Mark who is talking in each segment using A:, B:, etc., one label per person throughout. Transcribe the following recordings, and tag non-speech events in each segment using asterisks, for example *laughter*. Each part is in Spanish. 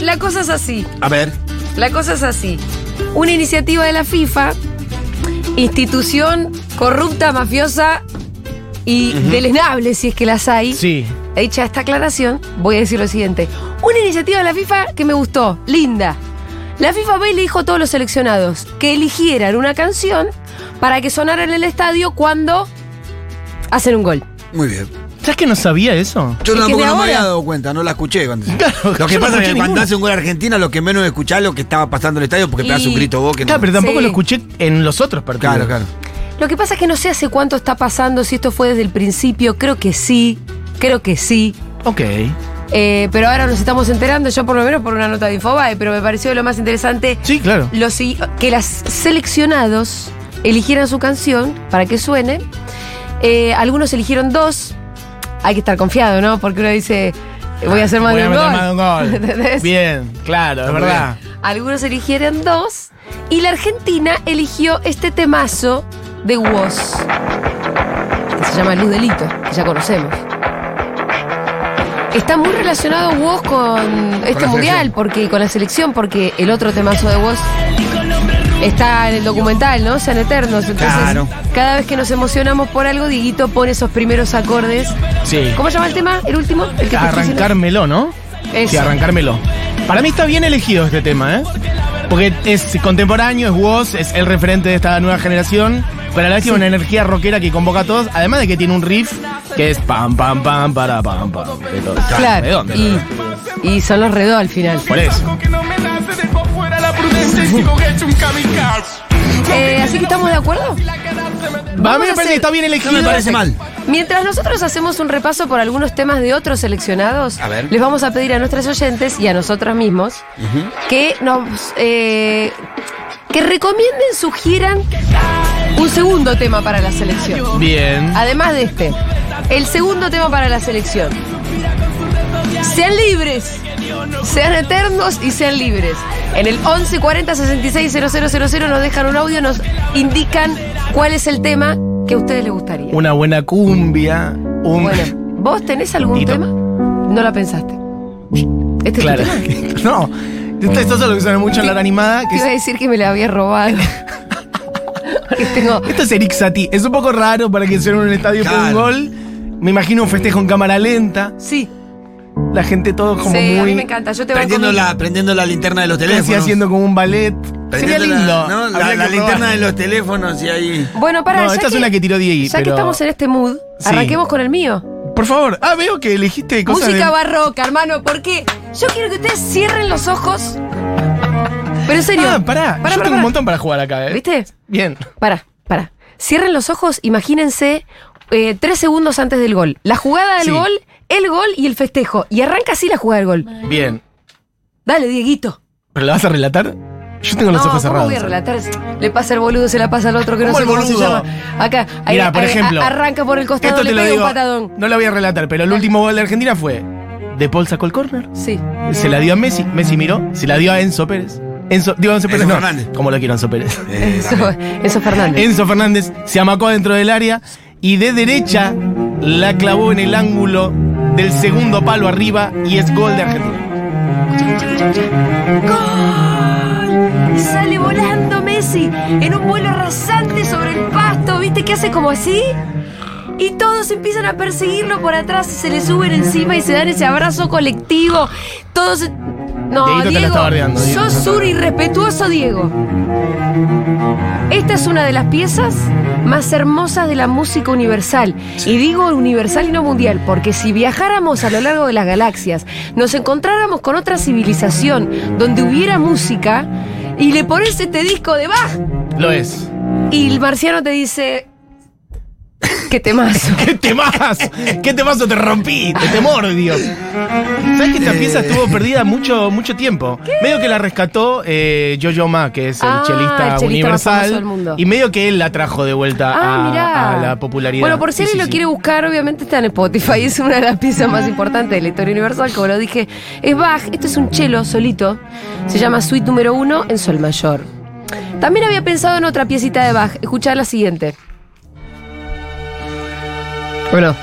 A: la cosa es así.
B: A ver.
A: La cosa es así. Una iniciativa de la FIFA, institución corrupta, mafiosa y deleznable, si es que las hay.
B: Sí.
A: Hecha esta aclaración, voy a decir lo siguiente. Una iniciativa de la FIFA que me gustó, linda. La FIFA ve y le dijo a todos los seleccionados que eligieran una canción para que sonara en el estadio cuando hacen un gol.
C: Muy bien.
B: ¿Sabes que no sabía eso?
C: Yo
A: Es que
C: tampoco
A: de
C: no me
A: ahora-
C: había dado cuenta, no la escuché. cuando-
B: Claro,
C: lo
B: yo no
C: que pasa es
B: escuché
C: que cuando
B: ninguna.
C: hace un gol a Argentina, lo que menos escuchás es lo que estaba pasando en el estadio porque
A: Y-
C: pegás un grito vos que no.
B: Claro, pero tampoco
A: Sí.
B: lo escuché en los otros partidos.
C: Claro, claro.
A: Lo que pasa es que no sé hace cuánto está pasando, si esto fue desde el principio, creo que sí, creo que sí.
B: Ok.
A: Eh, pero ahora nos estamos enterando, yo por lo menos por una nota de Infobae, pero me pareció lo más interesante
B: Sí, claro.
A: lo si- que las seleccionados eligieran su canción para que suene. Eh, algunos eligieron dos. Hay que estar confiado, ¿no? Porque uno dice, "Eh, voy a hacer más
B: Ah, Voy
A: de
B: a
A: un
B: meter
A: gol.
B: más de un gol.
A: *laughs* ¿Entendés?
B: Bien, claro, es
C: Muy
B: verdad.
A: Algunos eligieron dos. Y la Argentina eligió este temazo de Woz. Que se llama Luz Delito, que ya conocemos. Está muy relacionado Woz con este
C: la
A: mundial,
C: selección.
A: porque con la selección, porque el otro temazo de Woz está en el documental, ¿no? Sean eternos. Entonces,
C: Claro.
A: cada vez que nos emocionamos por algo, Dieguito pone esos primeros acordes.
B: Sí.
A: ¿Cómo se llama el tema? ¿El último? ¿El que te estoy diciendo?
B: Arrancármelo, ¿no?
A: Eso.
B: Sí, arrancármelo. Para mí está bien elegido este tema, ¿eh? Porque es contemporáneo, es voz, es el referente de esta nueva generación, pero a la vez tiene una energía rockera que convoca a todos, además de que tiene un riff que es pam, pam, pam, para, pam, pam. de todo.
A: Claro.
B: Redondo.
A: Y, y son los redos al final.
B: Por eso.
D: que no me nace, dejo fuera la prudencia y sigo hecho un kamikaze.
A: Eh, así que estamos de acuerdo.
B: A mí me parece que está bien elegido.
C: No me parece mal.
A: Mientras nosotros hacemos un repaso por algunos temas de otros seleccionados,
C: A ver.
A: les vamos a pedir a nuestros oyentes y a nosotros mismos que nos eh, que recomienden, sugieran un segundo tema para la selección.
B: Bien.
A: Además de este, el segundo tema para la selección. Sean libres, sean eternos y sean libres. En el 1140 000 nos dejan un audio, nos indican cuál es el tema que a ustedes les gustaría.
B: Una buena cumbia, un...
A: Bueno, ¿vos tenés algún
B: Tito.
A: tema? No la pensaste. Este es tu
B: *laughs* Claro.
A: tema.
B: no. Esto es lo que suena mucho en la hora animada,
A: Te
B: que es
A: iba a decir que me la había robado. *laughs* Porque tengo.
B: Esto es Eric Satie. Es un poco raro para que suene en un estadio por un
C: Claro.
B: gol. Me imagino un festejo en cámara lenta.
A: Sí,
B: La gente todo como
A: sí,
B: muy...
A: a mí me encanta. Yo te voy
C: Prendiendo la, prendiendo la linterna de los
B: casi
C: teléfonos.
B: haciendo como un ballet. Sería
C: Prendiendo
B: lindo.
C: La, ¿no? la,
B: Habría
C: la
B: que probar.
C: linterna de los teléfonos y ahí.
A: Bueno, para.
B: No, esta es una que tiró Diego,
A: Ya que
B: pero-
A: estamos en este mood,
B: Sí.
A: arranquemos con el mío.
B: Por favor. Ah, veo que elegiste cosas
A: Música
B: de-
A: barroca, hermano, porque yo quiero que ustedes cierren los ojos. Pero en serio.
B: Ah,
A: Pará,
B: pará. Yo
A: pará,
B: tengo
A: pará.
B: un montón para jugar acá, ¿eh?
A: ¿Viste?
B: Bien.
A: Pará, pará. Cierren los ojos, imagínense eh, tres segundos antes del gol. La jugada del
B: Sí.
A: gol, el gol y el festejo. Y arranca así la jugada del gol.
B: Bien.
A: Dale, Dieguito.
B: ¿Pero la vas a relatar? Yo tengo los
A: no, ¿cómo
B: ojos cerrados.
A: voy a relatar? Le pasa el boludo, se la pasa al otro que no
B: ¿Cómo
A: sé
B: el
A: cómo se llama.
B: boludo?
A: Acá, ahí,
B: Mirá, por
A: ahí, a-
B: ejemplo.
A: arranca por el costado,
B: Esto
A: le
B: te lo
A: pega
B: digo.
A: un patadón.
B: No la voy a relatar, pero el último gol de Argentina fue... De Paul sacó el córner.
A: Sí.
B: Se la dio a Messi, Messi miró, se la dio a Enzo Pérez. Enzo, digo Enzo Pérez,
C: Enzo
B: no,
C: Fernández.
B: como lo quiero Enzo Pérez.
C: *laughs* Eh,
A: *laughs* Eso, eso Fernández.
B: Enzo Fernández se amacó dentro del área y de derecha la clavó en el ángulo del segundo palo arriba y es gol de Argentina.
A: ¡Gol! Sale volando Messi en un vuelo rasante sobre el pasto, ¿viste? Que hace como así. Y todos empiezan a perseguirlo por atrás, se le suben encima y se dan ese abrazo colectivo. Todos. No,
B: Dieguito te la
A: Diego,
B: está bardeando, Diego.
A: sos un irrespetuoso, Diego. Esta es una de las piezas más hermosas de la música universal. Y digo universal y no mundial, porque si viajáramos a lo largo de las galaxias, nos encontráramos con otra civilización donde hubiera música y le pones este disco de Bach
B: Lo es. *laughs*
A: y el marciano te dice, qué temazo.
B: ¿Qué temazo? ¿Qué temazo te rompí? Te temor, Dios. ¿Sabes que esta
C: eh,
B: pieza estuvo perdida mucho, mucho tiempo? Medio que la rescató eh, Jojo Ma, que es el
A: Ah,
B: chelista
A: el chelista más famoso
B: universal.
A: del mundo.
B: Y medio que él la trajo de vuelta
A: Ah,
B: a-
A: mirá.
B: a, la popularidad.
A: Bueno, por si
B: Sí,
A: alguien
B: sí,
A: lo
B: sí.
A: quiere buscar, obviamente está en Spotify. *laughs* Es una de las piezas más importantes de la historia universal, como lo dije. Es Bach, esto es un chelo solito. Se llama Suite número uno en Sol Mayor. También había pensado en otra piecita de Bach. Escuchar la siguiente. Bueno,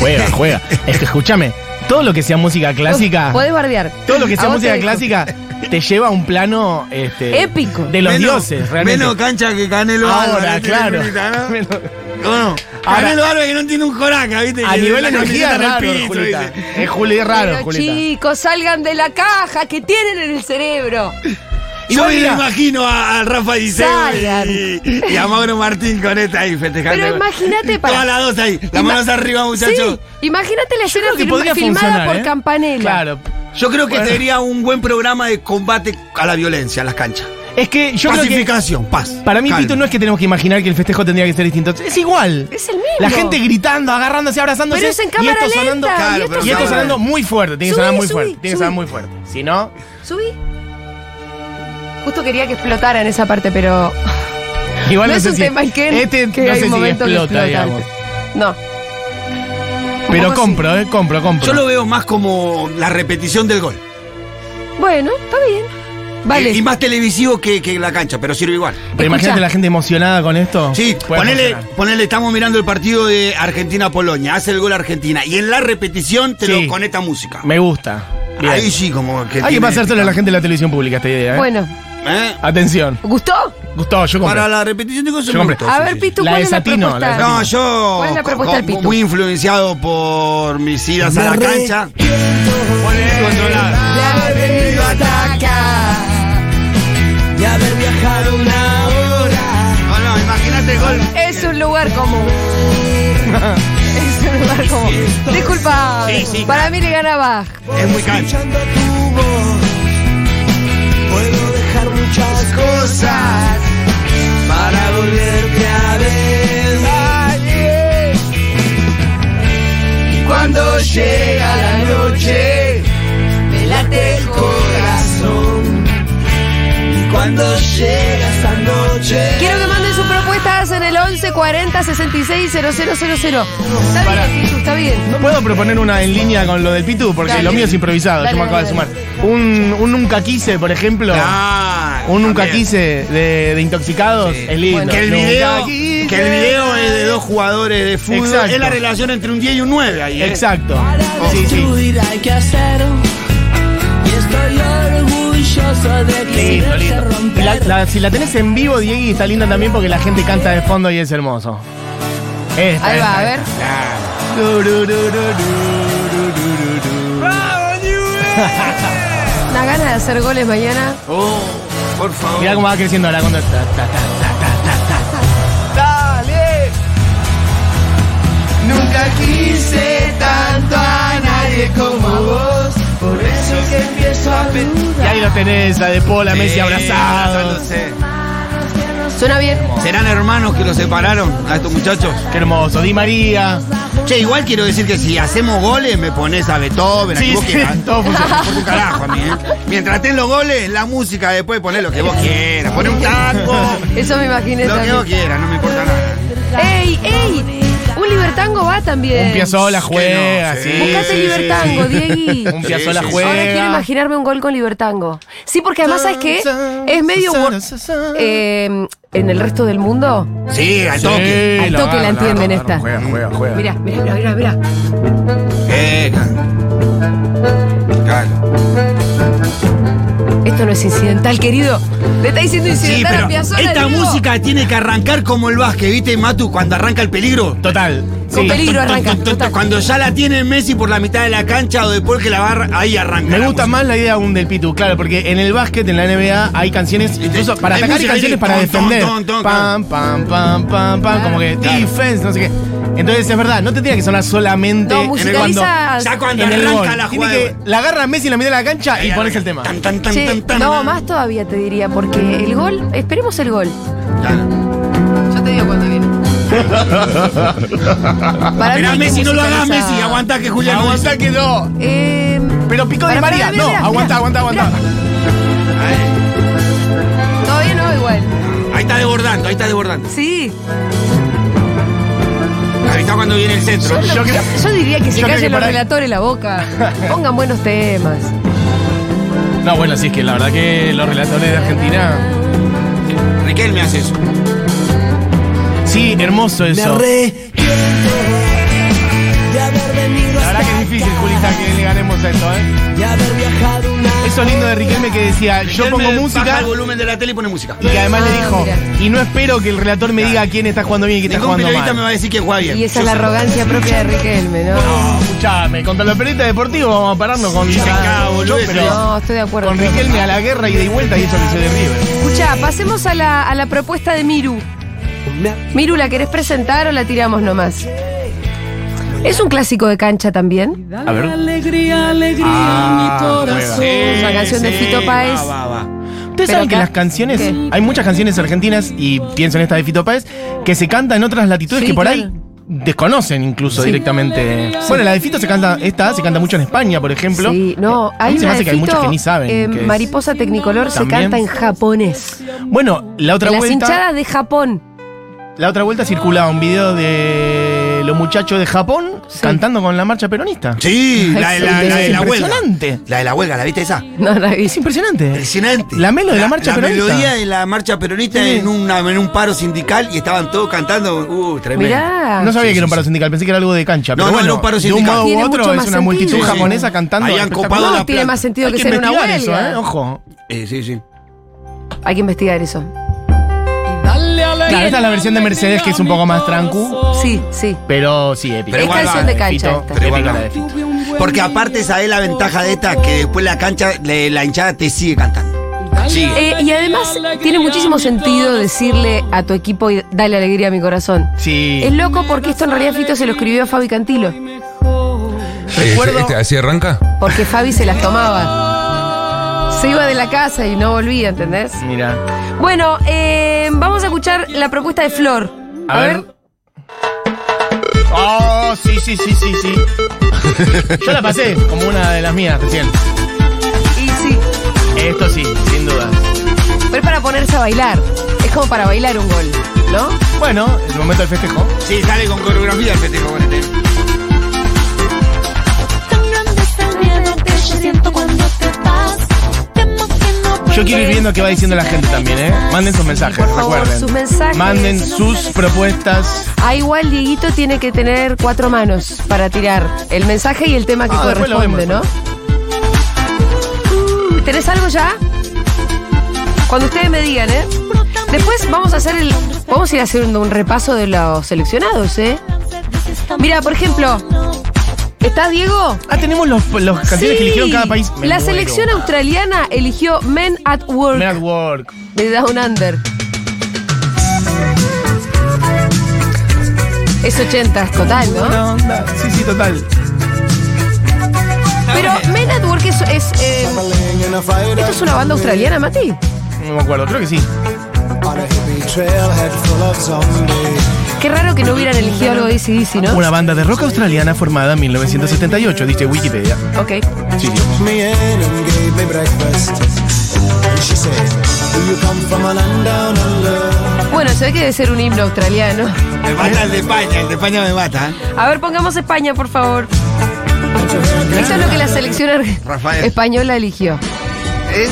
B: Juega, juega. Es que escúchame, todo lo que sea música clásica.
A: Podés bardear.
B: Todo lo que sea
A: A vos te
B: música
A: dejo.
B: clásica te lleva a un plano este,
A: Épico.
B: de los dioses, realmente.
C: Menos cancha que Canelo
B: Ahora,
C: Álvarez,
B: claro.
C: ¿no?
B: *laughs* Menos-
C: No,
B: Ahora-
C: Canelo Álvarez que no tiene un joraca, ¿viste?
B: A
C: Que
B: nivel
C: la
B: energía
C: camiseta
B: es
C: en el
B: raro,
C: piso,
B: Julita.
C: ¿viste?
B: Es Juli, es raro,
A: Pero
B: Julita.
A: chicos, salgan de la caja que tienen en el cerebro.
B: Y
C: Yo
B: vos
C: me
B: mirá.
C: imagino a, a Rafa Diceo
A: Salgan.
C: y, y a Mauro Martín con esta ahí festejando.
A: Pero imagínate para-
C: Todas las dos ahí, las
A: Ima-
C: manos arriba, muchachos.
A: Sí, imagínate la escena
B: Creo que
A: filma-
B: podría
A: filmada
B: funcionar,
A: por
B: ¿eh?
A: Campanella.
B: Claro.
C: Yo creo que
B: Bueno.
C: sería un buen programa de combate a la violencia en las canchas.
B: Es que yo creo que.
C: Pacificación, paz.
B: Para mí,
C: calma.
B: Pito, no es que tenemos que imaginar que el festejo tendría que ser distinto. Es igual.
A: Es el mismo.
B: La gente gritando, agarrándose, abrazándose.
A: Pero es en
B: y
A: cámara
B: esto
A: lenta,
B: sonando,
A: y
C: Claro,
A: esto
C: pero
B: y esto
C: cámara
B: sonando muy fuerte. Tiene que
A: Subí,
B: sonar muy
A: subí,
B: fuerte. Tiene que sonar
A: subí.
B: muy fuerte. Si no,
A: Subí. Justo quería que explotara en esa parte, pero
B: igual
A: no
B: no,
A: es
B: sé
A: un
B: si-
A: tema Iken,
B: Este
A: que
B: no
A: hay
B: sé
A: un
B: si
A: momento que
B: explota,
A: explota.
B: digamos.
A: No.
B: Pero
A: poco
B: compro, eh, compro, compro.
C: Yo lo veo más como la repetición del gol.
A: Bueno, está bien. Vale.
C: Y, y más televisivo que, que la cancha, pero sirve igual.
B: Pero imagínate
A: Escuchá.
B: la gente emocionada con esto.
C: Sí,
B: Puede
C: ponele,
B: funcionar.
C: ponele, estamos mirando el partido de Argentina-Polonia, hace el gol Argentina, y en la repetición te
B: Sí.
C: lo conecta música.
B: Me gusta. Bien.
C: Ahí sí, como que.
B: Hay que
C: tiene-
B: pasárselo a la gente de la televisión pública esta idea, ¿eh?
A: Bueno,
C: ¿Eh?
B: Atención.
A: ¿gustó?
B: Gustavo, yo compro.
C: Para la repetición de cosas.
B: Yo
C: me
B: compré.
C: gustó,
A: A
C: sí,
A: ver,
C: sí,
A: Pitu,
B: La
A: ¿cuál
B: de
A: es la
B: Satino,
A: propuesta?
B: la de
C: No, yo.
A: ¿Cuál es la propuesta
C: co-
A: del Pitu?
C: Muy influenciado por mis idas a la cancha.
A: La de-
C: No, no, imagínate el gol.
A: Es un lugar
B: *laughs*
A: común. es un lugar común. Disculpa.
C: Sí, sí,
A: para mí le gana Bach.
C: Es muy cancha.
E: Puedo dejar muchas cosas para volverte a ver. Y cuando llega la noche, me late el corazón. Y cuando llega esa noche,
A: Quiero que manden sus propuestas en el 11 40 66 000. Está bien, Pitu, está bien.
B: No puedo proponer una en línea con lo del Pitu, porque
A: Dale.
B: lo mío es improvisado,
A: Dale,
B: yo me acabo de
A: dale,
B: sumar. Un, un nunca quise, por ejemplo.
C: Ah,
B: un nunca
C: también.
B: quise de, de intoxicados es lindo.
A: Bueno.
C: Que el,
B: Nunca
C: video,
B: quise.
C: que el video es de dos jugadores de fútbol.
B: Exacto.
C: Es la relación entre un 10 y un 9 ahí. ¿eh?
B: Exacto.
E: para
B: Oh, Sí, sí.
E: destruir hay que hacerlo. Y estoy orgulloso de
B: Lindo,
E: quererte
B: lindo. Y
E: romper.
B: la- la- si la tenés en vivo, Diego, está linda también porque la gente canta de fondo y es hermoso. Esta,
A: Ahí va,
B: esta,
A: a ver.
C: Ah.
B: esta. Dururururururururu.
A: Una gana de hacer goles mañana.
C: Oh, por favor.
B: Mirá cómo va creciendo ahora cuando. ta, ta, ta.
E: Nunca quise tanto a nadie como a vos, por eso es que empiezo a
B: Y
E: pensar.
B: ahí lo tenés, a De Paul, a Messi
C: Sí,
B: abrazados.
C: Eh, abrazándose.
A: Suena bien.
C: ¿Serán hermanos que los separaron a estos muchachos?
B: Qué hermoso. Di María.
C: Che, igual quiero decir que si hacemos goles, me pones a Beethoven, a
B: Sí,
C: quien vos
B: sí,
C: quieras.
B: todo funciona.
C: Por tu carajo a
B: *laughs*
C: mí, ¿eh? Mientras estén los goles, la música, después poné lo que vos quieras. Poné un tango,
A: Eso me imaginé
C: lo que vos
A: también.
C: quieras, no me importa nada.
A: ¡Ey, ey! Un libertango va también.
B: Un Piazzolla juega,
C: no,
B: sí.
C: sí.
A: Buscate
B: sí,
A: libertango,
B: sí.
A: Diegui.
B: *laughs* Un Piazzolla
C: Sí, sí, sí.
B: juega.
A: Ahora quiero imaginarme un gol con Libertango. Sí, porque además, ¿sabes qué? Es medio. wor- Eh, en el resto del mundo.
C: Sí, al
B: Sí,
C: toque.
A: Al
B: lo
A: toque la
B: agarro, lo
A: entienden
B: agarro,
A: esta.
B: Juega, juega, juega.
A: Mirá, mirá, mirá, mirá, mirá.
C: Eh, claro.
A: Esto no es incidental, querido. Le está diciendo
C: Sí,
A: incidental a
C: pero
A: Piazzolla.
C: esta
A: Diego.
C: música tiene que arrancar como el básquet, ¿viste, Matu? Cuando arranca el peligro.
B: Total.
A: Con
B: sí.
A: peligro arranca.
C: Tum, tum, tum,
A: total.
C: Cuando ya la tiene Messi por la mitad de la cancha o después que la barra, ahí arranca.
B: Me
C: la
B: gusta
C: música.
B: más la idea aún del Pitu, claro, porque en el básquet, en la NBA, hay canciones, incluso para
C: Hay
B: atacar y
C: música,
B: canciones
C: hay-
B: para
C: ton, ton,
B: defender.
C: ton, ton,
B: Pam, pam, pam, pam, pam, como que
C: Claro.
B: defense, no sé qué. Entonces es verdad, no te tiene que sonar solamente
A: No,
B: en el-
A: musicaliza-
C: Ya cuando
B: en el
C: arranca
B: gol.
C: la
B: Tiene
C: jugada.
B: que la agarra Messi en la mitad de la cancha
C: ahí
B: y pones
C: arranca.
B: el tema.
C: Tan, tan, tan,
A: Che,
C: tan, tan.
A: no, más todavía te diría, porque el gol. Esperemos el gol.
C: Claro.
A: Yo te digo cuando
C: *laughs*
A: viene. Para
C: Mirá,
A: mí hay que
C: Messi, no lo hagas,
A: musicalizar.
C: Messi. Aguanta que Julián.
B: Aguanta que no.
A: Eh,
B: Pero picó de
A: Pará,
B: María.
A: pará, mirá,
B: No,
A: mirá,
B: aguanta,
A: mirá.
B: aguanta, aguanta.
A: todavía no, igual.
C: Ahí está desbordando, ahí está desbordando.
A: Sí.
C: Ahí está cuando viene el centro.
B: Yo creo-
A: Yo diría que se
B: Yo creo que
A: callen los
B: para-
A: relatores la boca. Pongan buenos temas.
B: No, bueno, sí, es que la verdad que los relatores de Argentina.
C: Riquelme hace eso.
B: Sí, hermoso
E: Me
B: eso.
E: arrepiento de haber venido
B: La verdad que
E: hasta
B: es difícil, Julita, que aclaremos eso, ¿eh?
E: Y haber viajado una
B: Eso lindo de Riquelme que decía, yo pongo
C: Él me Baja
B: música
C: el volumen de la tele y pone música.
B: y que además
A: Ah,
B: le dijo,
A: mira.
B: y no espero que el relator me diga quién está jugando bien y quién está
C: Ningún
B: jugando
C: periodista me
B: mal.
C: va a decir que juega bien.
A: Y esa es la
C: Yo sé.
A: arrogancia propia de Riquelme, ¿no?
B: No, escuchame, contra los periodistas deportivos vamos a pararnos con
C: Sí, venga,
B: yo,
C: boludeces.
B: pero
A: No, estoy de acuerdo.
B: con Riquelme a la guerra y de vuelta y eso que se de River.
A: Escucha, pasemos a la, a la propuesta de Miru. Miru, ¿la querés presentar o la tiramos nomás? Es un clásico de cancha también.
B: A ver. Ah,
A: Es una canción de Fito Páez.
B: Ustedes
A: Pero
B: saben que
A: acá-
B: las canciones,
A: ¿Qué?
B: hay muchas canciones argentinas, y pienso en esta de Fito Páez, que se canta en otras latitudes
A: Sí,
B: que por
A: claro.
B: ahí desconocen incluso directamente. Bueno, la de Fito se canta, esta se canta mucho en España, por ejemplo.
A: Sí, no,
B: A
A: hay
B: mí se me
A: una
B: hace
A: de
B: que hay muchos
A: Fito,
B: que ni saben.
A: eh,
B: qué es.
A: Mariposa Tecnicolor se
B: También.
A: canta en japonés.
B: Bueno, la otra
A: En las
B: vuelta.
A: hinchadas de Japón. *laughs*
B: La otra vuelta circulaba un video de los muchachos de Japón cantando con la marcha peronista.
C: Sí, la de la, la de la
B: Es
C: huelga.
B: impresionante.
C: La de la huelga, ¿la viste esa?
A: No, la vi.
B: Es impresionante.
C: Impresionante.
B: La melo de la marcha peronista.
C: La melodía de la marcha peronista
B: Sí.
C: en, una- en un paro sindical y estaban todos cantando. Uh, tremendo.
A: Mirá.
B: No sabía
C: sí,
B: que era un
C: sí,
B: paro sindical, pensé que era algo de cancha.
C: No,
B: pero
C: no,
B: bueno,
C: era un paro
B: de un
C: sindical.
B: modo u
A: Tiene
B: otro
A: mucho
B: es una
A: más
B: multitud
A: sentido.
B: japonesa cantando.
C: Habían
B: espectacular.
C: copado la
A: tiene
C: planta.
A: más sentido
B: Hay
A: que,
B: que
A: ser una
B: investigar
A: huelga.
B: eso, ¿eh? Ojo.
C: Eh, sí, sí.
A: Hay que investigar eso.
B: Claro, esta es la versión de Mercedes que es un poco más trancu,
A: Sí, sí.
B: pero sí, épica.
C: Pero
A: es
C: igual
A: canción
C: va,
A: de cancha
B: Fito,
A: esta.
C: Pero igual
B: épica
C: va.
B: la de Fito.
C: Porque aparte esa es la ventaja de esta, que después la cancha, le- la hinchada te sigue cantando.
A: Eh, y además tiene muchísimo sentido decirle a tu equipo y dale alegría a mi corazón.
B: Sí.
A: Es loco porque esto en realidad Fito se lo escribió a Fabi Cantilo,
B: Recuerdo-
F: Este- este- ¿Así arranca?
A: porque Fabi se las tomaba. Se iba de la casa y no volvía, ¿entendés?
B: Mira.
A: Bueno, eh, vamos a escuchar la propuesta de Flor.
B: A ver. Oh, sí, sí, sí, sí, sí. Yo la pasé como una de las mías recién.
A: Y sí,
B: Esto sí, sin duda.
A: pero es para ponerse a bailar. Es como para bailar un gol, ¿no?
B: Bueno, el momento del festejo.
C: Sí, sale con coreografía el festejo con este.
G: Tan grande es el miedo que yo siento cuando te vas. Temo que no
B: Yo quiero ir viendo qué va diciendo la gente también, ¿eh? Manden sus mensajes,
A: Por favor,
B: recuerden.
A: sus mensajes.
B: Manden sus propuestas.
A: Ah, igual Dieguito tiene que tener cuatro manos para tirar el mensaje y el tema que
B: Ah, después lo
A: corresponde, ¿no?
B: vemos,
A: Uh, ¿Tenés algo ya? Cuando ustedes me digan, ¿eh? Después vamos a hacer el. Vamos a ir haciendo un repaso de los seleccionados, ¿eh? Mira, por ejemplo, ¿estás Diego?
B: Ah, tenemos los, los canciones que eligieron cada país. Me
A: la
B: muero.
A: selección australiana eligió Men at Work
B: Men at Work.
A: de Down Under. Es 80 total, ¿no?
B: Buena onda. Sí, sí, total.
A: Pero Men at Work es. es, eh, ¿Esto es una banda australiana, Mati?
B: No me acuerdo, creo que sí.
A: Qué raro que no hubieran elegido algo de ACDC, ¿no?
B: Una banda de rock australiana formada en 1978, dice Wikipedia.
A: Ok.
B: Sí, sí.
H: me in and gave me breakfast. And she said, Do you come from a land down under?
A: Bueno, se ve que debe ser un himno australiano.
C: Me mata el de España, el de España me mata, ¿eh?
A: A ver, pongamos España, por favor. Esto es lo que la selección ar-
C: Rafael.
A: española eligió.
C: ¿Eh?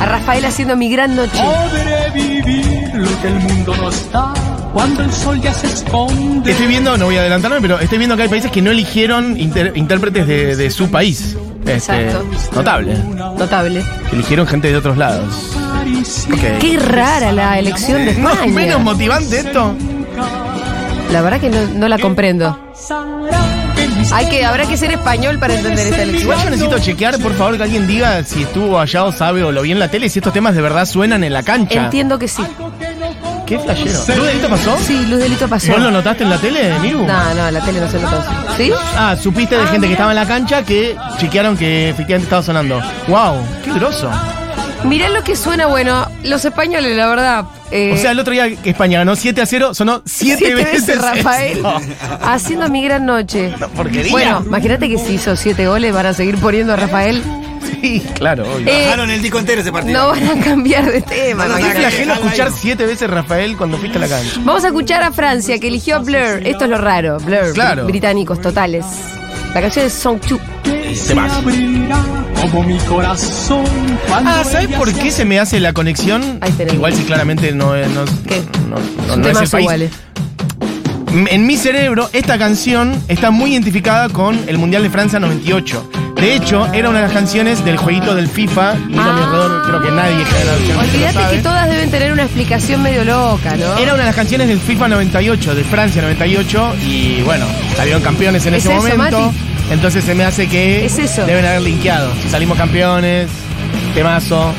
A: A Rafael haciendo mi gran noche.
D: Podré vivir lo que el mundo nos da cuando el sol ya se esconde.
B: Estoy viendo, no voy a adelantarme, pero estoy viendo que hay países que no eligieron inter- intérpretes de, de su país. Este,
A: Exacto.
B: Notable.
A: Notable.
B: Que eligieron gente de otros lados. Ok.
A: Qué rara la elección de
B: No,
A: España.
B: menos motivante esto.
A: La verdad que no, no la comprendo. Hay que, habrá que ser español para entender esta
B: Igual yo
A: elección.
B: necesito chequear, por favor, que alguien diga si estuvo allá o sabe o lo vi en la tele, si estos temas de verdad suenan en la cancha.
A: Entiendo que sí.
B: ¿Qué flashero? ¿Tú delito pasó?
A: Sí, Luz Delito pasó.
B: ¿Vos lo notaste en la tele, Miru?
A: No, no, la tele no se notó. eso. ¿Sí?
B: Ah, supiste de
A: Ah,
B: gente que
A: mira.
B: estaba en la cancha que chequearon que efectivamente estaba sonando. ¡Wow! ¡Qué groso!
A: Mirá lo que suena bueno. Los españoles, la verdad. eh,
B: O sea, el otro día que España ganó 7 a 0, sonó 7,
A: siete
B: veces.
A: veces
B: *laughs*
A: Rafael
B: esto.
A: haciendo mi gran noche.
B: porquería.
A: Bueno, imagínate que si hizo siete goles van a seguir poniendo a Rafael.
B: Sí, claro, obvio.
A: Eh,
C: Bajaron el disco entero ese partido.
A: no van a cambiar de tema.
C: No, no,
B: Qué
A: imagínate.
B: flagelo
C: algo
B: escuchar
C: ahí.
B: 7 veces Rafael cuando fuiste a la cancha.
A: Vamos a escuchar a Francia que eligió a Blur. Esto es lo raro. Blur, br-
B: Claro.
A: británicos totales. La canción es Song Chu.
D: se abrirá como mi corazón cuando
B: Ah, ¿sabes
D: ella
B: por
D: se
B: qué se me hace la conexión?
A: Ahí tenés.
B: Igual si claramente no, es- no, es-
A: ¿Qué?
B: no, no-
A: Son
B: no es
A: temas
B: el país.
A: iguales.
B: m- en mi cerebro, esta canción está muy identificada con el Mundial de Francia 98. De hecho, era una de las canciones del jueguito del FIFA. Y a mi alrededor creo que nadie generalmente lo
A: Ah. Olvídate
B: sabe.
A: que todas deben tener una explicación medio loca, ¿no?
B: Era una de las canciones del FIFA 98, de Francia 98, y bueno, salieron campeones en
A: ¿Es
B: ese
A: eso,
B: momento.
A: Mati?
B: Entonces se me hace que
A: Es eso.
B: deben haber linkeado. Salimos campeones, temazo.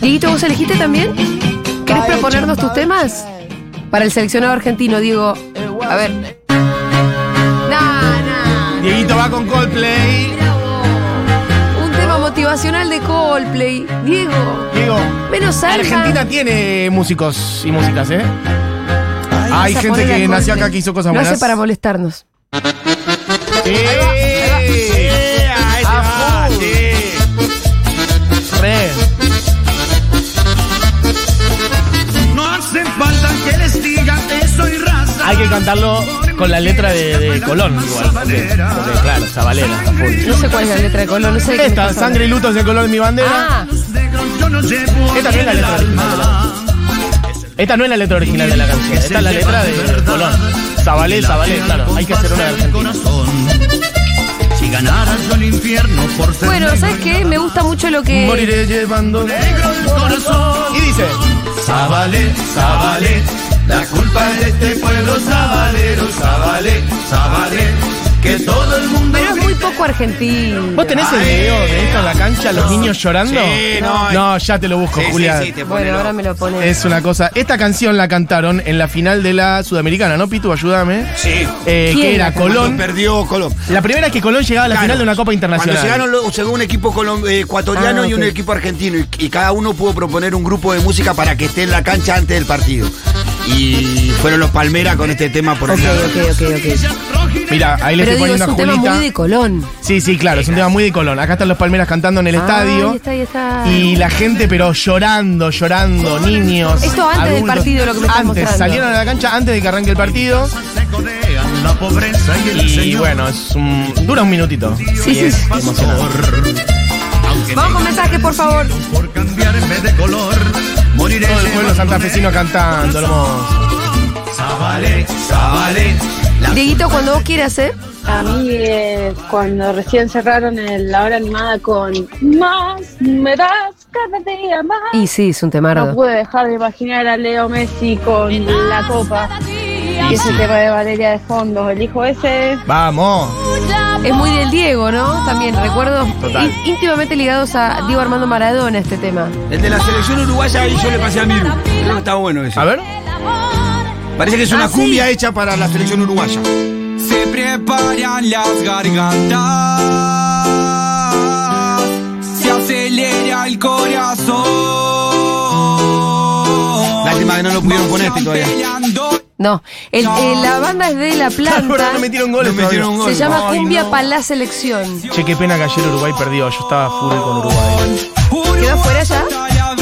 A: Dieguito, ¿vos elegiste también? ¿Querés proponernos tus temas? Para el seleccionado argentino, Diego. A ver. Nana.
B: Dieguito va con Coldplay.
A: Un tema motivacional de Coldplay. Diego.
B: Diego,
A: Menos alma.
B: Argentina tiene músicos y músicas, ¿eh? Hay
A: Vas a
B: gente
A: poner
B: que
A: a
B: nació
A: Coldplay.
B: acá que hizo cosas
A: Lo
B: buenas.
A: hace para molestarnos.
B: ¡Eh!
C: ¡Ea, ese
B: A
A: Ah,
C: va,
B: full.
C: sí!
B: Re.
E: No hace falta que les diga que soy raza.
B: Hay que cantarlo con la letra de, de Colón, igual. Porque, porque, claro, Zabalera está full.
A: No sé cuál es la letra de color, no sé de qué me
B: Esta,
A: estás
B: sangre y luto es el color de mi bandera.
A: hablando. Ah,
E: Yo no llevo
B: Esta no es la letra original de la Esta no es la letra original de la canción. Esta es la letra de Colón. Zabalé, Zabalé, claro. Hay que hacer una de Argentina.
E: corazón. Si ganaras yo el infierno por ser
A: bueno, ¿sabes qué? Me gusta mucho lo que.
B: Moriré llevando.
E: negro el corazón.
B: Y dice.
E: Zabalé, Zabalé, la culpa es de este pueblo sabalero, Zabalé, Zabalé, que todo el mundo
A: Pero es muy poco argentino.
B: ¿Vos tenés el video de esto en la cancha, los niños llorando?
C: Sí, no.
B: No, ya te lo busco,
C: Sí, sí,
B: Julián.
C: sí, te pone
A: Bueno,
C: loco.
A: ahora me lo pones.
B: Es una cosa. Esta canción la cantaron en la final de la Sudamericana, ¿no, Pitu? Ayúdame.
C: Sí.
B: Eh,
A: ¿Quién
B: que
A: la
B: era
A: cantó?
C: Cuando
B: Colón.
C: perdió Colón.
B: La primera es que Colón llegaba a la final de una Copa Internacional.
C: Cuando llegaron, luego llegó un equipo colom- eh, ecuatoriano
A: Ah,
C: y un
A: ok.
C: equipo argentino. Y, y cada uno pudo proponer un grupo de música para que esté en la cancha antes del partido. Y fueron los Palmera con este tema por el
A: Ok,
C: lado.
A: ok, ok, ok.
B: Mira, ahí le
A: Pero digo,
B: estoy
A: es
B: poniendo
A: un
B: a
A: tema
B: Julita.
A: muy de Colón.
B: Sí, sí, claro, es un tema muy de Colón. Acá están los Palmeras cantando en el
A: Ah,
B: estadio.
A: ahí está, ahí está.
B: Y la gente, pero llorando, llorando, niños.
A: Esto antes del
B: adultos.
A: partido, lo que me estás
B: Antes,
A: mostrando.
B: salieron a la cancha antes de que arranque el partido.
E: codean la pobreza y el
B: Y
E: señor.
B: bueno, es un, dura un minutito.
A: Sí,
B: Y
A: sí,
B: es
A: sí.
B: emocionante.
A: Vamos con mensajes, por favor.
E: Por cambiarme de color, moriré
B: Todo el pueblo
E: llevando
B: santafesino cantando, hermoso.
E: Zabalé, Zabalé, la
A: Dieguito, cuando vos quieras, ¿eh?
F: A mí, eh, cuando recién cerraron el- la hora animada con Más, me das cada día más.
A: Y sí, es un
F: no
A: temardo.
F: pude dejar de imaginar a Leo Messi con la copa. Y ese tema de Valeria de fondo, el hijo ese.
B: Vamos.
A: Es muy del Diego, ¿no? También recuerdos
B: Total.
A: í- íntimamente ligados a Diego Armando Maradona, este tema.
C: El de la selección uruguaya ahí yo le pasé a Miru. Creo que está bueno eso.
B: A ver.
C: Parece que es
B: Ah,
C: una cumbia hecha para
B: *laughs*
C: la selección uruguaya.
I: se preparan las gargantas, se acelera el corazón.
C: Lástima que no lo pudieron poner este todavía.
I: Peleando
A: No, el- eh, la banda es de
B: *laughs*
A: La Planta.
B: No metieron goles.
C: No metieron
B: todavía.
A: Se llama
B: Ay,
A: Cumbia
B: no.
A: para la Selección.
B: Che, qué pena que ayer Uruguay perdió. Yo estaba full con Uruguay.
A: ¿Quedó fuera ya?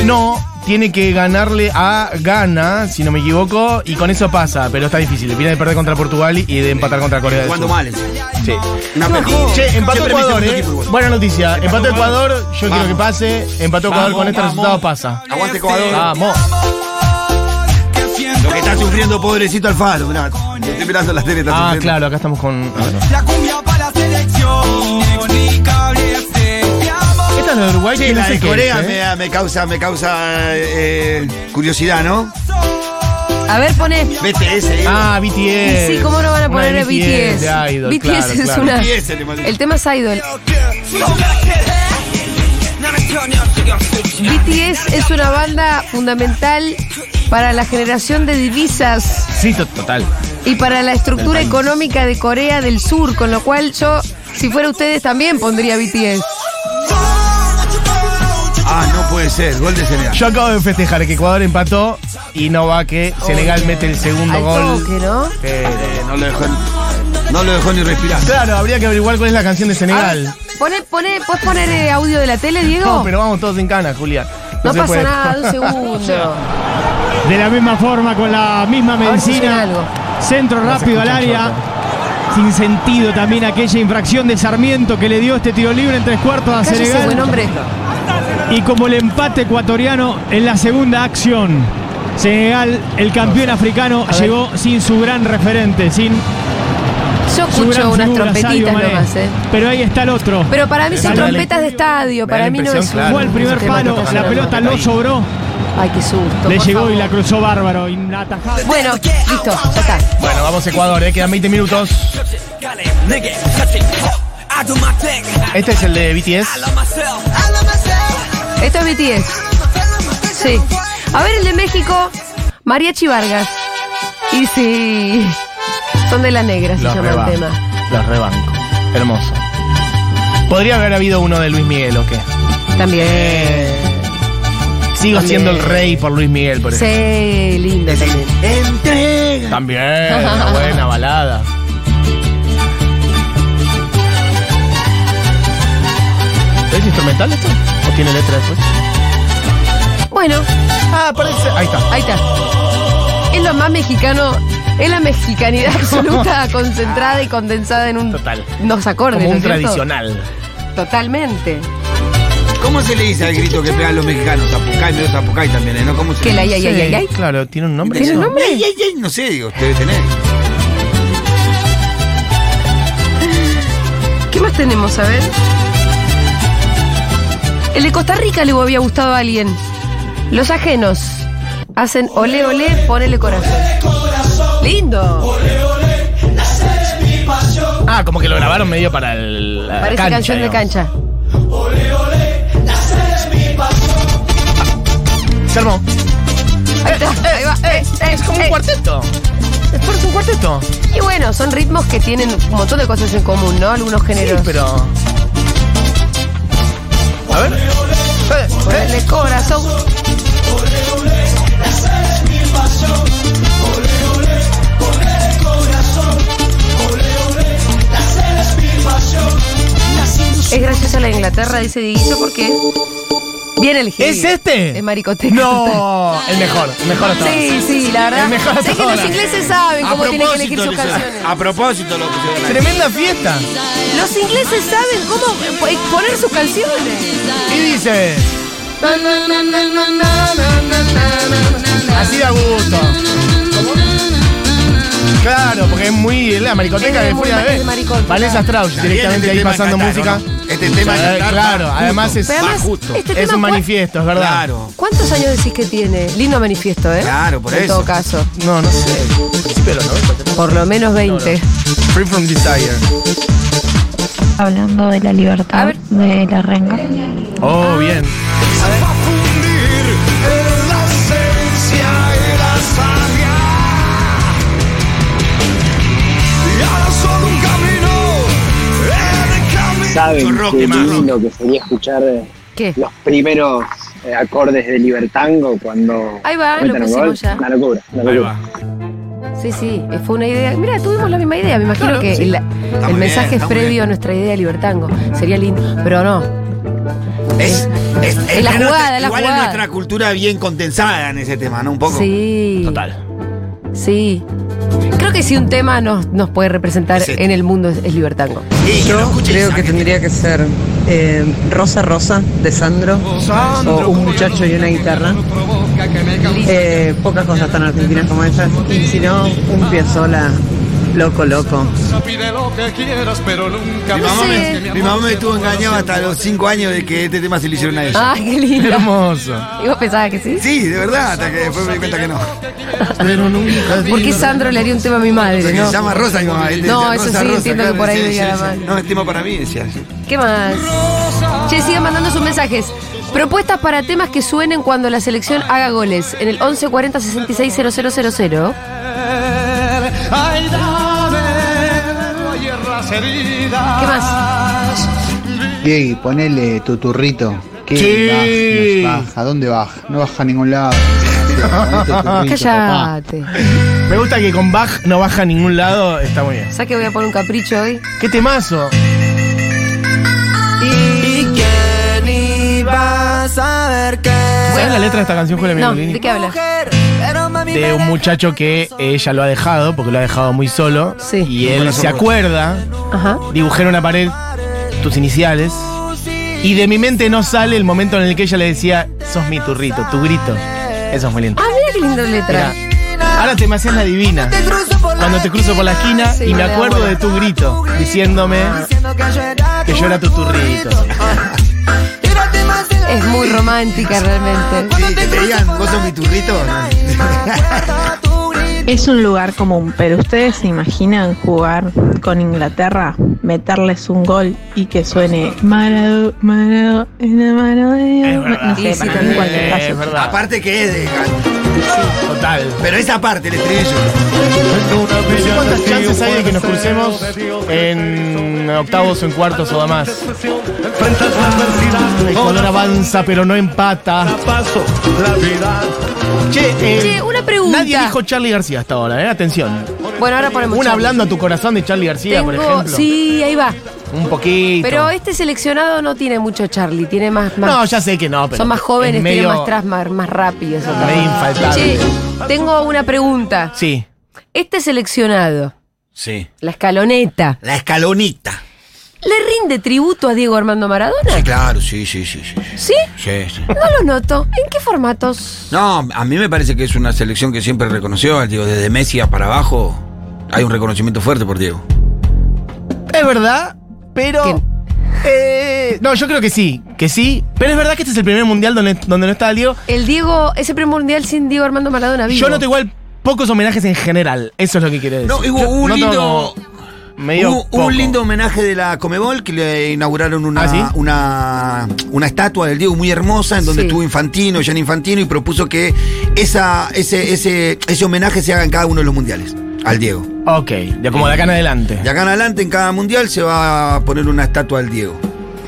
B: No, tiene que ganarle a Ghana, si no me equivoco, y con eso pasa, pero está difícil. Viene de perder contra Portugal y de empatar contra Corea del
C: Cuando
B: Sur.
C: mal. es.
B: Sí.
C: Una peli.
B: Che, empató
C: Siempre
B: Ecuador,
C: mete un
B: eh.
C: equipo igual.
B: Buena noticia. Empató Ecuador, yo quiero que pase. Empató Ecuador con este resultado pasa.
C: Aguante Ecuador.
B: Vamos.
C: Lo que está sufriendo, pobrecito Alfaro. mirá. Estoy Ah, mirando la tele, está
B: Ah,
C: sufriendo.
B: claro, acá estamos con.
I: la cumbia para la selección y cables de amor.
B: Esta es la de Uruguay,
C: Sí,
B: que no
C: la
B: sé
C: de
B: qué
C: Corea
B: es, eh.
C: me, me causa, me causa eh, curiosidad, ¿no?
A: A ver, poné.
C: BTS, eh.
B: Ah, BTS.
A: Sí, ¿cómo no van a
B: Una
A: poner
B: de
A: a BTS?
B: de Idol,
A: BTS
B: claro,
A: es
B: claro.
A: una.
C: BTS, le mandé.
A: El tema es Idol. BTS es una banda fundamental para la generación de divisas.
B: Sí, to- total.
A: y para la estructura económica de Corea del Sur, con lo cual yo, si fuera ustedes, también pondría BTS.
C: Ah, no puede ser. Gol de Senegal.
B: Yo acabo de festejar que Ecuador empató y no va que Senegal mete el segundo
A: Al
B: gol.
A: toque, ¿no?
B: Pero-
C: Eh, no, lo dejó, no lo dejó ni respirar.
B: Claro, habría que averiguar cuál es la canción de Senegal.
A: Pone, pone, ¿Puedes poner eh, audio de la tele, Diego?
B: No, pero vamos todos en cana, Julia.
A: No
B: se
A: pasa
B: puede.
A: nada, un segundo.
J: De la misma forma, con la misma
A: Ahora suena
J: medicina.
A: algo.
J: Centro rápido al área. Sin sentido también aquella infracción de Sarmiento que le dio este tiro libre en tres cuartos a
A: Cállese, buen
J: Senegal.
A: hombre.
J: Y como el empate ecuatoriano en la segunda acción. Senegal, el campeón africano, llegó sin su gran referente, sin.
A: Yo
J: su gran
A: escucho unas
J: figura, Sadio
A: trompetitas
J: Mané.
A: nomás, ¿eh?
J: Pero ahí está el otro.
A: Pero para mí son
J: Dale, dale.
A: trompetas de estadio,
B: Me da
A: para
B: la
A: mí no
B: impresión,
A: es
B: claro.
J: Fue al primer
B: Esos que
J: palo,
B: no tocan
J: la
B: la
J: pelota
B: pelota
J: lo
B: ahí.
J: sobró,
A: Ay, qué susto.
J: le
A: por
J: llegó
A: favor.
J: y la cruzó bárbaro. inatajable.
A: Bueno, listo, ya está.
B: *laughs* Bueno, vamos a Ecuador, ¿eh? quedan 20 minutos. Este es el de BTS.
A: Esto es BTS. Sí. A ver el de México, Mariachi Vargas. Y sí. Son de las negras, se
B: Los
A: llama el
B: rebanco.
A: tema.
B: Los rebanco. Hermoso. Podría haber habido uno de Luis Miguel o qué.
A: También.
B: Sigo
A: Eh, También.
B: siendo el rey por Luis Miguel, por ejemplo.
A: Sí, lindo también.
B: También,
A: *laughs*
B: una buena balada. ¿Es instrumental esto? ¿O tiene letra después?
A: Bueno,
B: Ah, parece. Ahí está.
A: ahí está. Es lo más mexicano. Es la mexicanidad *laughs* absoluta concentrada y condensada en un.
B: Total.
A: Nos acordes. ¿no
B: Como un
A: es cierto?
B: tradicional.
A: Totalmente.
C: ¿Cómo se le dice al grito que pegan los mexicanos? Zapucay, medio zapucay también, ¿eh? ¿no? ¿Cómo se
A: Que
C: le
A: la
C: dice?
A: ya, ya,
B: Sí,
A: ya, ya.
B: Claro, tiene un nombre.
A: ¿Tiene
B: eso?
A: nombre?
C: Ay, ay, ay, no sé, digo, debe tener.
A: ¿Qué más tenemos? A ver. El de Costa Rica le había gustado a alguien. Los ajenos. Hacen ole ole, ponele corazón. Lindo.
B: Ah, como que lo grabaron medio para el, la
A: Parece
B: cancha,
A: canción de
B: digamos.
A: cancha.
B: Se armó.
A: Ahí está. Ahí va. Eh, eh,
B: *laughs* Es como
A: eh.
B: un cuarteto. Es por- es un cuarteto.
A: Y bueno, son ritmos que tienen un montón de cosas en común, ¿no? Algunos
B: Sí,
A: géneros.
B: pero. A ver. Eh, eh.
A: Ponele corazón. Es graciosa la Inglaterra, dice Dieguito, porque bien elegido.
B: ¿Es este?
A: Es maricoteca.
B: No, el mejor, el mejor hasta ahora.
A: Sí, sí, la verdad.
B: Es mejor
A: sé que
B: ahora.
A: los ingleses saben cómo tienen que elegir sus
C: lo hicieron.
A: canciones.
C: a propósito lo pusieron ahí.
B: Tremenda fiesta.
A: Los ingleses saben cómo eh, poner sus canciones.
B: Y dice. Así da gusto. Claro, porque es muy es la maricoteca
A: Es
B: de
A: muy
B: Furia
A: ma-
B: de
A: es maricota.
B: Vanessa Strauss directamente
C: Este
B: ahí
C: tema
B: pasando
C: cantar,
B: música.
C: ¿no? Este tema
B: Eh,
C: cantar,
B: claro,
C: va
B: además
C: justo.
B: es,
A: Pero además,
C: Va justo.
A: este
B: es
A: tema,
B: un
A: ¿cuál-
B: manifiesto, es verdad.
C: Claro.
A: ¿Cuántos años decís que tiene? Lindo manifiesto, ¿eh?
C: Claro, por
A: en
C: eso.
A: todo caso.
B: No, no sé. Pero no.
A: Por lo menos 20.
B: Free from desire.
K: Hablando de la libertad
A: A ver.
K: de la renga.
B: Oh, bien.
C: Mucho
I: Saben
C: rock,
I: qué
C: más rock.
I: lindo que sería escuchar eh,
A: ¿Qué?
I: los primeros eh, acordes de Libertango cuando
A: Ahí va, lo
I: metan un
A: pusimos
I: gol.
A: ya.
I: Una locura, una locura.
A: Sí, sí, eh, fue una idea. Mira, tuvimos la misma idea. Me imagino que el, el
C: muy
A: mensaje
C: bien,
A: es
C: está muy
A: previo
C: bien.
A: a nuestra idea de Libertango. Sería lindo, pero no.
C: Es, es,
A: Es la
C: que
A: jugada,
C: nuestra-
A: es la
C: igual
A: jugada.
C: es nuestra cultura bien condensada en ese tema, ¿no? Un poco.
A: Sí.
B: Total.
A: Sí. Creo que si un tema nos, nos puede representar
C: Sí.
A: en el mundo es, es Libertango.
C: Sí, que lo escuches,
L: Creo que
C: ¿sabes?
L: tendría que ser eh, Rosa Rosa de Sandro o Un muchacho y una guitarra. Eh, pocas cosas tan argentinas como esas. Y si no, un Piazzolla loco loco.
C: Mi mamá,
A: Sí.
C: me, mi mamá me estuvo engañada hasta los 5 años de que este tema se le hicieron a ella.
A: Ay, Ah, qué lindo.
B: Hermoso.
A: ¿Y vos pensabas que sí?
C: Sí, de verdad, hasta que después me di cuenta que no.
B: Pero nunca.
A: ¿Por qué Sandro le haría un tema a mi madre?
C: Porque
A: no?
C: se llama Rosa mi mamá. él
A: No,
C: decía,
A: eso
C: "Rosa,
A: sí,
C: Rosa",
A: entiendo que por ahí
C: decía,
A: diga la
C: decía,
A: madre.
C: No, es tema para mí, decía.
A: ¿Qué más? Che, sigan mandando sus mensajes. Propuestas para temas que suenen cuando la selección haga goles. En el 1140 66 000.
D: Ay, dame hierras heridas.
A: ¿Qué más?
L: Gay, ponele tu turrito. ¿Qué
B: Sí.
L: baja, baja? ¿Dónde baja? No baja a ningún lado.
B: Ah,
A: Cállate.
B: Me gusta que con Bach no baja a ningún lado, está muy bien.
A: ¿Sabes que voy a poner un capricho hoy?
B: ¡Qué temazo! ¿Sabes la letra de esta canción, Julia
A: No,
B: Mengolini?
A: ¿de qué hablas?
B: de un muchacho que ella lo ha dejado, porque lo ha dejado muy solo.
A: Sí.
B: Y él se acuerda,
A: Ajá.
B: dibujé en una pared tus iniciales. Y de mi mente no sale el momento en el que ella le decía, sos mi turrito, tu grito. Eso es muy lindo.
A: Ah, mira qué linda letra.
B: Ahora te me haces la divina. Cuando te cruzo por la esquina
A: Sí,
B: y me
A: me da
B: acuerdo
A: bola.
B: de tu grito, diciéndome que yo era tu turrito.
A: Es muy romántica realmente.
C: Sí, que te digan, vos sos mi turrito.
K: Es un lugar común, pero ustedes se imaginan jugar con Inglaterra, meterles un gol y que suene Marado, Marado, en la mano de Dios. No sé, para mí cualquier caso.
C: *laughs* Aparte que es de
B: Eh, Total.
C: Pero esa parte, el estribillo.
B: No sé cuántas chances hay de que nos crucemos en octavos o en cuartos o demás. El color avanza pero no empata. Che, eh,
A: Che, una pregunta.
B: Nadie dijo Charlie García hasta ahora, eh. Atención.
A: Bueno, ahora ponemos.
B: Una
A: Charlie.
B: hablando a tu corazón de Charlie García, por
A: Tengo-
B: ejemplo.
A: Sí, ahí va.
B: Un poquito.
A: Pero este seleccionado no tiene mucho Charlie, tiene más. más
B: No, ya sé que no, pero.
A: son más jóvenes,
B: es medio-
A: tienen más tras, más, más rápidos.
B: medio infaltable.
A: Che, tengo una pregunta.
B: Sí.
A: Este seleccionado,
C: Sí.
A: la escaloneta,
C: La escalonita.
A: ¿le rinde tributo a Diego Armando Maradona?
C: Sí, claro, sí, sí, sí, sí.
A: ¿Sí?
C: Sí, sí.
A: No lo noto. ¿En qué formatos?
C: No, a mí me parece que es una selección que siempre reconoció, digo, desde Messi para abajo hay un reconocimiento fuerte por Diego.
B: Es verdad, pero. eh, no, yo creo que sí, que sí. Pero es verdad que este es el primer mundial donde, donde no está el Diego.
A: El Diego, ese primer mundial sin Diego Armando Maradona vivo.
B: Yo noto igual pocos homenajes en general. Eso es lo que quiere decir.
C: No, hubo
B: Yo
C: un
B: noto
C: lindo-
B: como medio
C: Hubo
B: poco.
C: un lindo homenaje de la Comebol que le inauguraron una,
B: ¿Ah, sí?
C: una, una estatua del Diego muy hermosa en donde
A: Sí.
C: estuvo Infantino, Jan Infantino, y propuso que esa, ese, ese, ese homenaje se haga en cada uno de los mundiales al Diego.
B: Ok, ya como de acá en adelante.
C: De acá en adelante, en cada mundial se va a poner una estatua al Diego.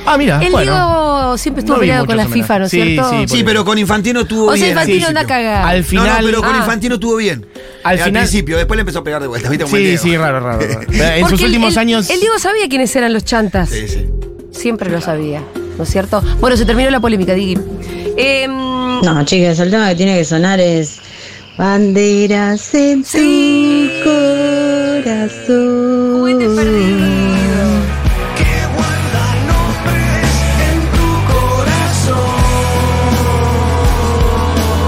B: Ah, mira.
A: El
B: bueno.
A: Diego siempre estuvo
B: No vi
A: peleado con la
B: muchos
A: FIFA, ¿no es
B: homenajes. Sí,
A: cierto?
B: sí,
C: Sí, pero con Infantino estuvo
A: O sea,
C: bien. al
A: Infantino anda
C: principio.
A: cagada.
B: Al
C: No,
B: final.
C: no, pero con
A: Ah.
C: Infantino estuvo bien.
B: Al
C: Al,
B: final-
C: principio, después le empezó a pegar de vuelta. ¿viste? Como el
B: sí,
C: Diego.
B: sí, raro, raro. raro. en
A: Porque
B: sus
A: el-
B: últimos
A: el-
B: años.
A: El Diego sabía quiénes eran los chantas.
C: Sí, sí.
A: Siempre lo sabía, ¿no es cierto? Bueno, se terminó la polémica, Diggy. Eh,
M: No, chicas, el tema que tiene que sonar es Banderas en tu corazón.
B: Mm.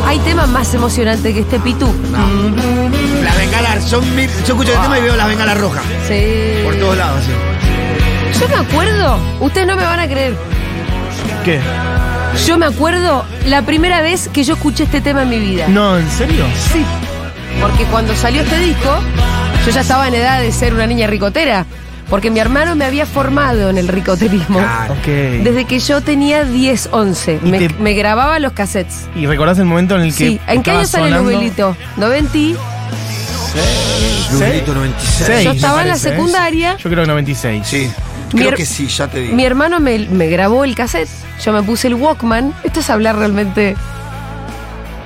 A: hay tema más emocionante que este Pitu.
C: Las bengalas son mil- Yo escucho el tema y veo las bengalas rojas.
A: Sí.
C: Por todos lados, sí.
B: Oh,
A: Yo me acuerdo, ustedes no me van a creer,
B: ¿Qué?
A: yo me acuerdo la primera vez que yo escuché este tema en mi vida.
B: No, ¿en serio?
A: Sí. Porque cuando salió este disco, yo ya estaba en edad de ser una niña ricotera. Porque mi hermano me había formado en el ricoterismo.
B: Ok.
A: Desde que yo tenía 10, 11.
B: Y
A: Me,
B: te-
A: me grababa los cassettes.
B: ¿Y recordás el momento en el que.
A: Sí. ¿En qué
B: estaba
A: año sale el
B: sonando?
A: Nubelito? 90. y-
C: Lubrito 96.
B: oh, Seis,
A: Yo
B: me
A: estaba en la
B: parece, ¿eh?
A: secundaria.
B: Yo creo que 96.
C: Sí.
A: Mi
C: Creo
A: her-
C: que sí, ya te digo.
A: Mi hermano me, me grabó el cassette. Yo me puse el Walkman. Esto es hablar realmente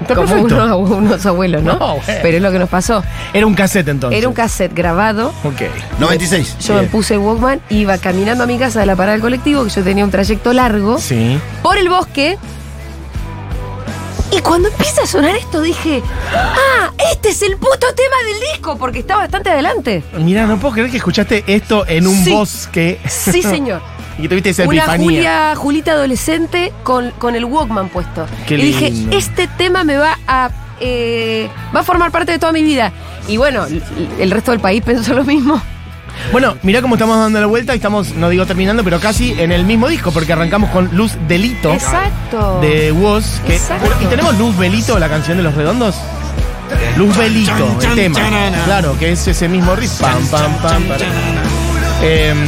B: Está
A: como
B: perfecto.
A: uno- unos abuelos, ¿no?
B: *laughs* No, bueno.
A: Pero es lo que nos pasó.
B: Era un cassette entonces.
A: Era un cassette grabado.
B: Ok.
C: 96.
A: Yo me puse el Walkman, iba caminando a mi casa de la parada del colectivo, que yo tenía un trayecto largo,
B: Sí.
A: por el bosque. Y cuando empieza a sonar esto dije, ah, este es el puto tema del disco, porque está bastante adelante.
B: Mira, no puedo creer que escuchaste esto en un
A: Sí.
B: bosque. *laughs*
A: Sí, señor.
B: Y tuviste esa
A: Una
B: epifanía.
A: Julia, Julita adolescente con, con el Walkman puesto.
B: Qué
A: y dije,
B: lindo.
A: este tema me va a. eh, va a formar parte de toda mi vida. Y bueno, l- el resto del país pensó lo mismo.
B: Bueno, mirá cómo estamos dando la vuelta y estamos, no digo terminando, pero casi en el mismo disco, porque arrancamos con Luz Delito
A: Exacto.
B: de Woz. que-
A: Exacto.
B: ¿Y tenemos Luz Belito, la canción de los redondos? Luz Belito, el tema. Claro, que es ese mismo riff. Pam, pam, pam, para. Em,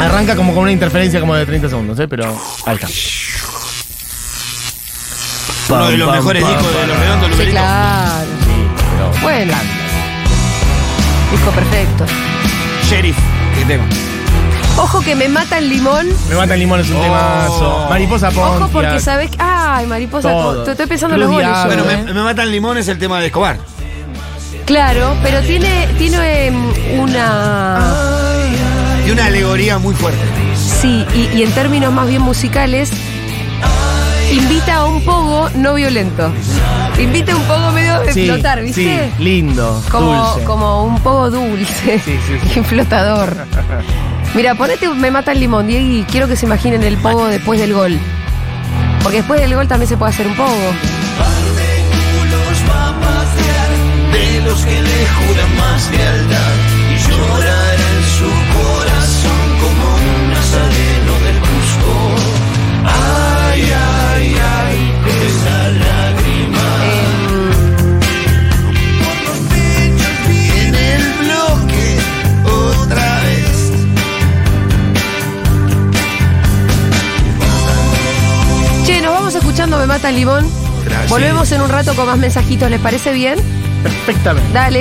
B: arranca como con una interferencia como de 30 segundos, ¿eh? pero ahí está.
C: Uno de los
B: Pam, pam,
C: mejores
B: pam,
C: discos de
B: pam.
C: los redondos
A: Sí,
C: Lubrito.
A: claro. Bueno. Disco perfecto.
C: Sheriff. ¿Qué tema?
A: Ojo que me mata el limón.
B: Me mata el limón, es un temazo. Mariposa Pontiac.
A: Ojo porque sabes que. Ay, mariposa,
B: Todo.
A: te- te estoy pensando
B: Luz
A: los goles.
B: Diablo.
A: yo,
C: Bueno,
A: ¿eh?
C: me, me matan limón es el tema de Escobar.
A: Claro, pero tiene, tiene em, una.
C: Y una alegoría muy fuerte.
A: Sí, y, y en términos más bien musicales, invita a un pogo no violento. Invita a un pogo medio de
B: Sí,
A: flotar, ¿viste?
B: Sí, lindo,
A: Como,
B: dulce.
A: como un poco dulce
B: Sí, sí,
A: *laughs*
B: sí.
A: y flotador. Mira, ponete Me Mata el Limón, Diego, y quiero que se imaginen el pogo después del gol. Porque después del gol también se puede hacer un pogo.
E: pasear de los que le juran más lealtad y llorar en su corazón como un nazareno del Cusco. Ay, ay, ay, esa lágrima. En el bloque, otra vez.
A: Che, nos vamos escuchando Me Mata el Limón. Volvemos en un rato con más mensajitos, ¿les parece bien?
B: Perfectamente.
A: Dale.